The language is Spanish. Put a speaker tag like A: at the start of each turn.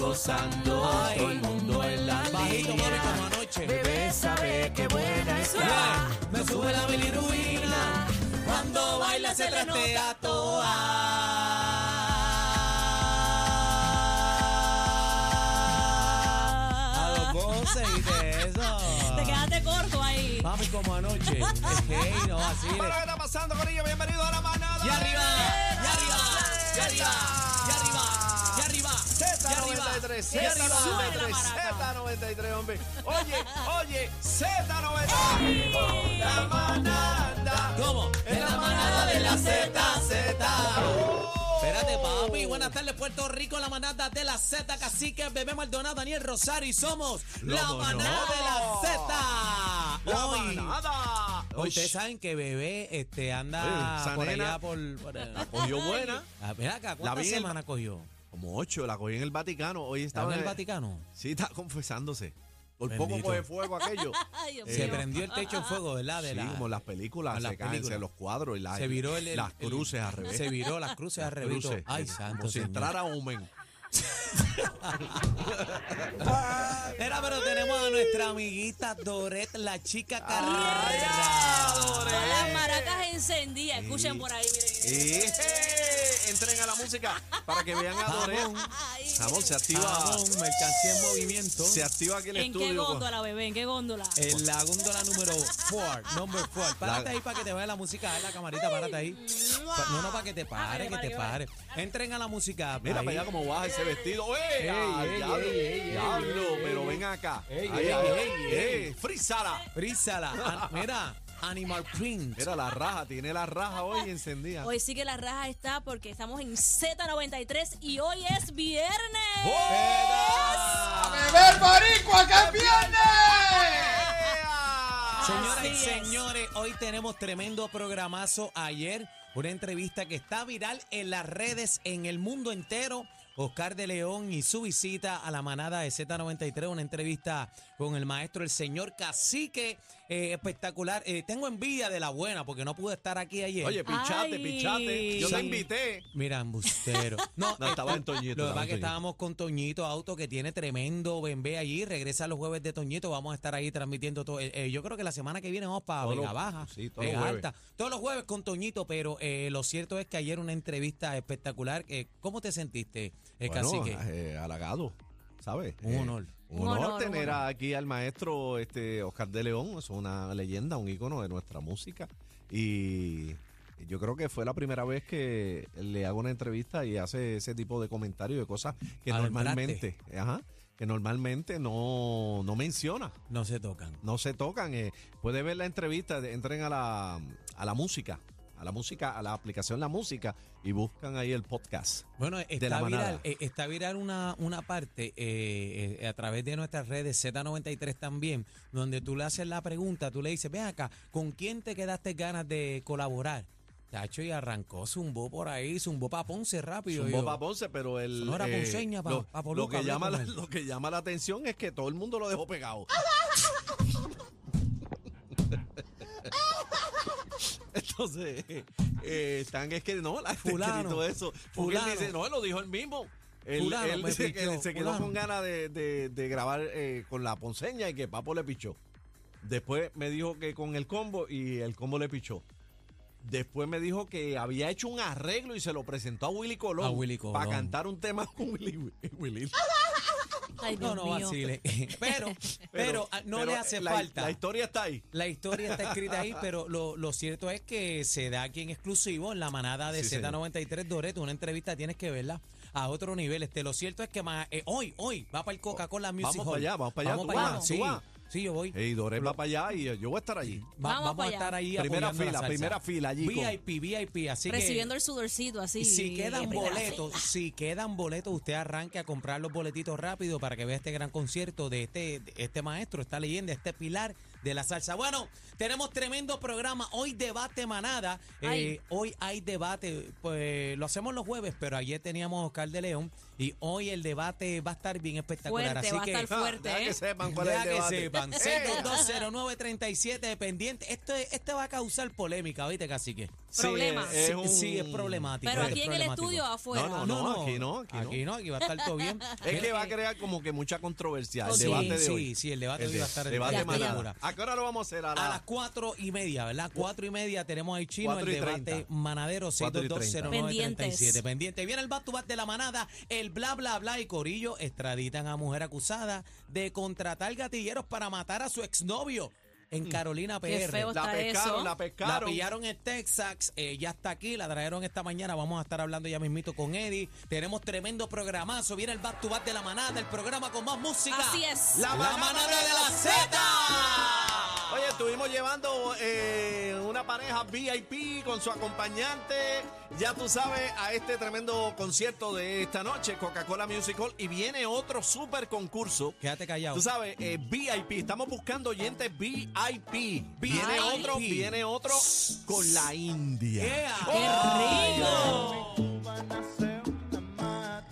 A: pasando. Todo el mundo en la
B: Bajito, mami,
A: línea.
B: como anoche.
A: Bebé sabe que buena es
B: Yeah. Me sube la bilirruina. Cuando baila se trastea toa. A los goces y de eso.
C: Te quedaste corto ahí.
B: Mami, como anoche. Ey, no
A: ¿Qué
B: vaciles.
A: está pasando, Corillo? Bienvenido a la manada.
B: Y arriba, y arriba, y arriba, y arriba, y arriba.
A: Z93,
B: y arriba.
C: Sube la
A: Z93,
C: maraca.
A: Z93, hombre. Oye, oye, Z93. Con La manada.
B: ¿Cómo?
A: En la manada de la Z, Oh.
B: Espérate, papi. Buenas tardes, Puerto Rico, la manada de la Z, Cacique, Bebé Maldonado, Daniel Rosario y somos la
A: Lobo,
B: manada
A: no.
B: de la Z.
A: La
B: Hoy,
A: manada.
B: hoy ustedes saben que Bebé este, anda
A: Oye, esa
B: por
A: nena-
B: allá por... por-
A: Cogió buena.
B: Ah, mira acá, ¿cuántas
A: vi en el-
B: semanas cogió?
A: Como ocho, la cogí en el Vaticano. Hoy
B: ¿Estaba
A: estaba
B: en el Vaticano?
A: Sí, está confesándose. Por poco
B: Bendito.
A: coge fuego aquello.
C: Ay, Dios
B: Se
C: mío.
B: prendió el techo en fuego, ¿verdad? De
A: Ah, Sí,
B: la-
A: como las películas,
B: en
A: se
B: las
A: caen,
B: películas.
A: se los cuadros y las,
B: se viró el, el-
A: las
B: el-
A: cruces al revés.
B: Se viró las cruces al
A: Las
B: revés.
A: cruces.
B: Ay,
A: Como
B: santo
A: si
B: señor.
A: entrara humen.
B: Espera, pero tenemos a nuestra amiguita Doret, la chica
A: ya,
B: carrera.
A: Doret.
C: Con las maracas encendidas. Escuchen
A: Sí.
C: por ahí, miren. miren.
A: Eh, Entren a la música para que vean a Doré.
B: Jamón,
C: Ay,
A: Jamón,
C: miren.
A: se activa,
B: jamón, mercancía en movimiento.
A: se activa aquí el
C: ¿En qué
A: estudio. con-
C: góndola, bebé? ¿En qué góndola?
B: En la góndola número 4, number 4. Párate
A: La-
B: ahí para que te vaya la música, la camarita, párate ahí. Pa- No, no, para que te pare, que
C: vale,
B: te pare.
C: vale.
B: Entren a la música.
A: Mira
B: ahí.
A: para allá como baja ese vestido. ¡Ey! ¡Ah,
B: ey,
A: diablo!
B: ey, ey,
A: ¡Diablo! Pero ven acá.
B: Ey,
A: Ahí,
B: ey,
A: ahí,
B: ey,
A: ey. ¡Frízala!
B: Frízala. An- Mira, Animal Print.
A: Mira la raja, tiene la raja hoy encendida.
C: Hoy sí que la raja está porque estamos en Z93 y hoy es viernes.
A: ¡Fuera!
D: ¡Beber boricua que es viernes!
A: ¡Ea!
B: Señoras y
C: Así es.
B: señores, hoy tenemos tremendo programazo. Ayer, una entrevista que está viral en las redes en el mundo entero. Oscar de León y su visita a la manada de Z93, una entrevista con el maestro, el señor Cacique, eh, espectacular. Eh, tengo envidia de la buena porque no pude estar aquí ayer.
A: Oye, pichate,
C: Ay.
A: pichate. Yo te
B: Sí.
A: invité.
B: Mira, embustero. No,
A: No, estaba en Toñito,
B: Lo
A: estaba
B: que pasa
A: en
B: es que
A: Toñito.
B: estábamos con Toñito Auto, que tiene tremendo bembé allí. Regresa los jueves de Toñito. Vamos a estar ahí transmitiendo todo. eh, eh, yo creo que la semana que viene vamos para
A: Todos
B: Vega
A: los-
B: Baja.
A: sí, todos los
B: Vega
A: jueves.
B: Alta. Todos los jueves con Toñito, pero eh, lo cierto es que ayer una entrevista espectacular. Eh, ¿Cómo te sentiste, eh,
A: Bueno,
B: Cacique?
A: eh, halagado, ¿sabes?
B: Un
A: Eh,
B: honor.
A: un
C: Un
A: honor,
C: honor, un
A: tener
C: honor.
A: aquí al maestro este Oscar de León, es una leyenda, un ícono de nuestra música y yo creo que fue la primera vez que le hago una entrevista y hace ese tipo de comentarios de cosas que
B: Adelante.
A: normalmente, ajá, que normalmente no, no menciona.
B: No se tocan.
A: No se tocan. Eh. Puede ver la entrevista, de- entren a la, a la música, a la música, a la aplicación La Música y buscan ahí el podcast.
B: Bueno,
A: la
B: está
A: manada.
B: viral, eh, está viral una, una parte eh, eh, a través de nuestras redes Z93 también, donde tú le haces la pregunta, tú le dices, ven acá, ¿con quién te quedaste ganas de colaborar? Tacho, y arrancó, zumbó por ahí, zumbó pa' Ponce rápido.
A: Zumbó
B: yo.
A: pa' Ponce, pero el. eh,
B: Sonora ponceña, pa-
A: lo,
B: pa'
A: lo
B: Poluca,
A: que
B: hablé
A: llama
B: con
A: la,
B: él.
A: lo que llama la atención es que todo el mundo lo dejó pegado. Entonces, eh, están es que no, la gente
B: Fulano,
A: gritó eso. Porque
B: fulano.
A: él dice, no, él lo dijo él mismo. Él,
B: Fulano
A: él
B: me
A: dice que
B: pichó,
A: se quedó
B: fulano.
A: con ganas de, de- de grabar eh, con la ponceña y que Papo le pichó. Después me dijo que con el combo y el combo le pichó. Después me dijo que había hecho un arreglo y se lo presentó a Willy Colón,
B: A Willy Colón.
A: para cantar un tema con Willy. Willy.
C: Ay, Dios
B: No, no,
C: mío.
B: vacile. Pero, pero, ah, no
A: pero
B: le hace
A: la-
B: falta.
A: La historia está ahí.
B: La historia está escrita ahí, pero lo, lo cierto es que se da aquí en exclusivo en la manada de
A: Sí, señor.
B: Z93 Doreto. Una entrevista tienes que verla a otro nivel. Este, lo cierto es que más, eh, hoy, hoy va para el Coca-Cola Music
A: Vamos
B: Hall.
A: para allá, vamos para allá.
B: Vamos
A: Tú
B: para allá.
A: vas, tú
B: Sí,
A: vas.
B: sí, yo voy. Va-
A: Y Doré va para allá y eh, yo voy a estar allí.
C: Vamos
B: vamos
C: para
B: a
C: allá.
B: estar ahí
A: Primera
B: apoyando la
A: fila,
B: salsa.
A: primera fila allí, con-
B: VIP, VIP, así que...
C: Recibiendo el sudorcito así.
B: Y si quedan
C: de primera
B: boletos, si quedan boletos, usted arranque a comprar los boletitos rápido para que vea este gran concierto de este, de este maestro, esta leyenda, este pilar de la salsa. Bueno, tenemos tremendo programa. Hoy debate manada. Eh,
C: Ay.
B: hoy hay debate. Pues lo hacemos los jueves, pero ayer teníamos a Oscar de León y hoy el debate va a estar bien espectacular.
C: Fuerte,
B: así
C: va a
B: que
C: estar Fuerte,
A: Ah, deja
C: ¿eh?
A: que sepan cuál
B: ya
A: es el debate.
B: que sepan,
A: ¡Eh!
B: 6220937 pendiente. Este, este va a causar polémica, ¿viste, cacique?
C: Problema.
A: es,
B: Sí,
A: un-
B: sí, es problemático.
C: Pero
B: es
C: aquí en el
B: problemático.
C: estudio afuera.
A: No,
B: No, no,
A: aquí no, aquí no.
B: aquí va a estar todo bien.
A: Es que va a crear como que mucha controversia el
C: Sí,
A: debate de
B: sí,
A: hoy.
B: sí, el debate de hoy va a estar el
A: debate
C: debate de
A: mañana.
B: ahora.
A: ¿A qué hora lo vamos a hacer? A
B: A
A: la-
B: las cuatro y media, ¿verdad? Cuatro y media tenemos ahí chino el
A: Cuatro y
B: debate
A: treinta.
B: manadero
A: Cuatro y treinta.
B: 6220937. Pendiente. Viene el back to back de la manada, el bla bla bla y Corillo extraditan a mujer acusada de contratar gatilleros para matar a su exnovio en Carolina PR.
C: Mm. Qué feo
A: la
C: está
A: pescaron,
C: eso.
A: la
B: La
A: pescaron.
B: pillaron en Texas, eh, ya está aquí, la trajeron esta mañana, vamos a estar hablando ya mismito con Eddie. Tenemos tremendo programazo, viene el back to back de la manada, el programa con más música.
C: Así es.
B: La, manada de la Z.
A: Oye, estuvimos llevando eh, una pareja VIP con su acompañante, ya tú sabes, a este tremendo concierto de esta noche, Coca-Cola Music Hall, y viene otro super concurso.
B: Quédate callado.
A: Tú sabes, eh, VIP, estamos buscando oyentes VIP. Viene
B: VIP.
A: otro, viene otro con la India.
B: Yeah.
C: ¡Qué rico!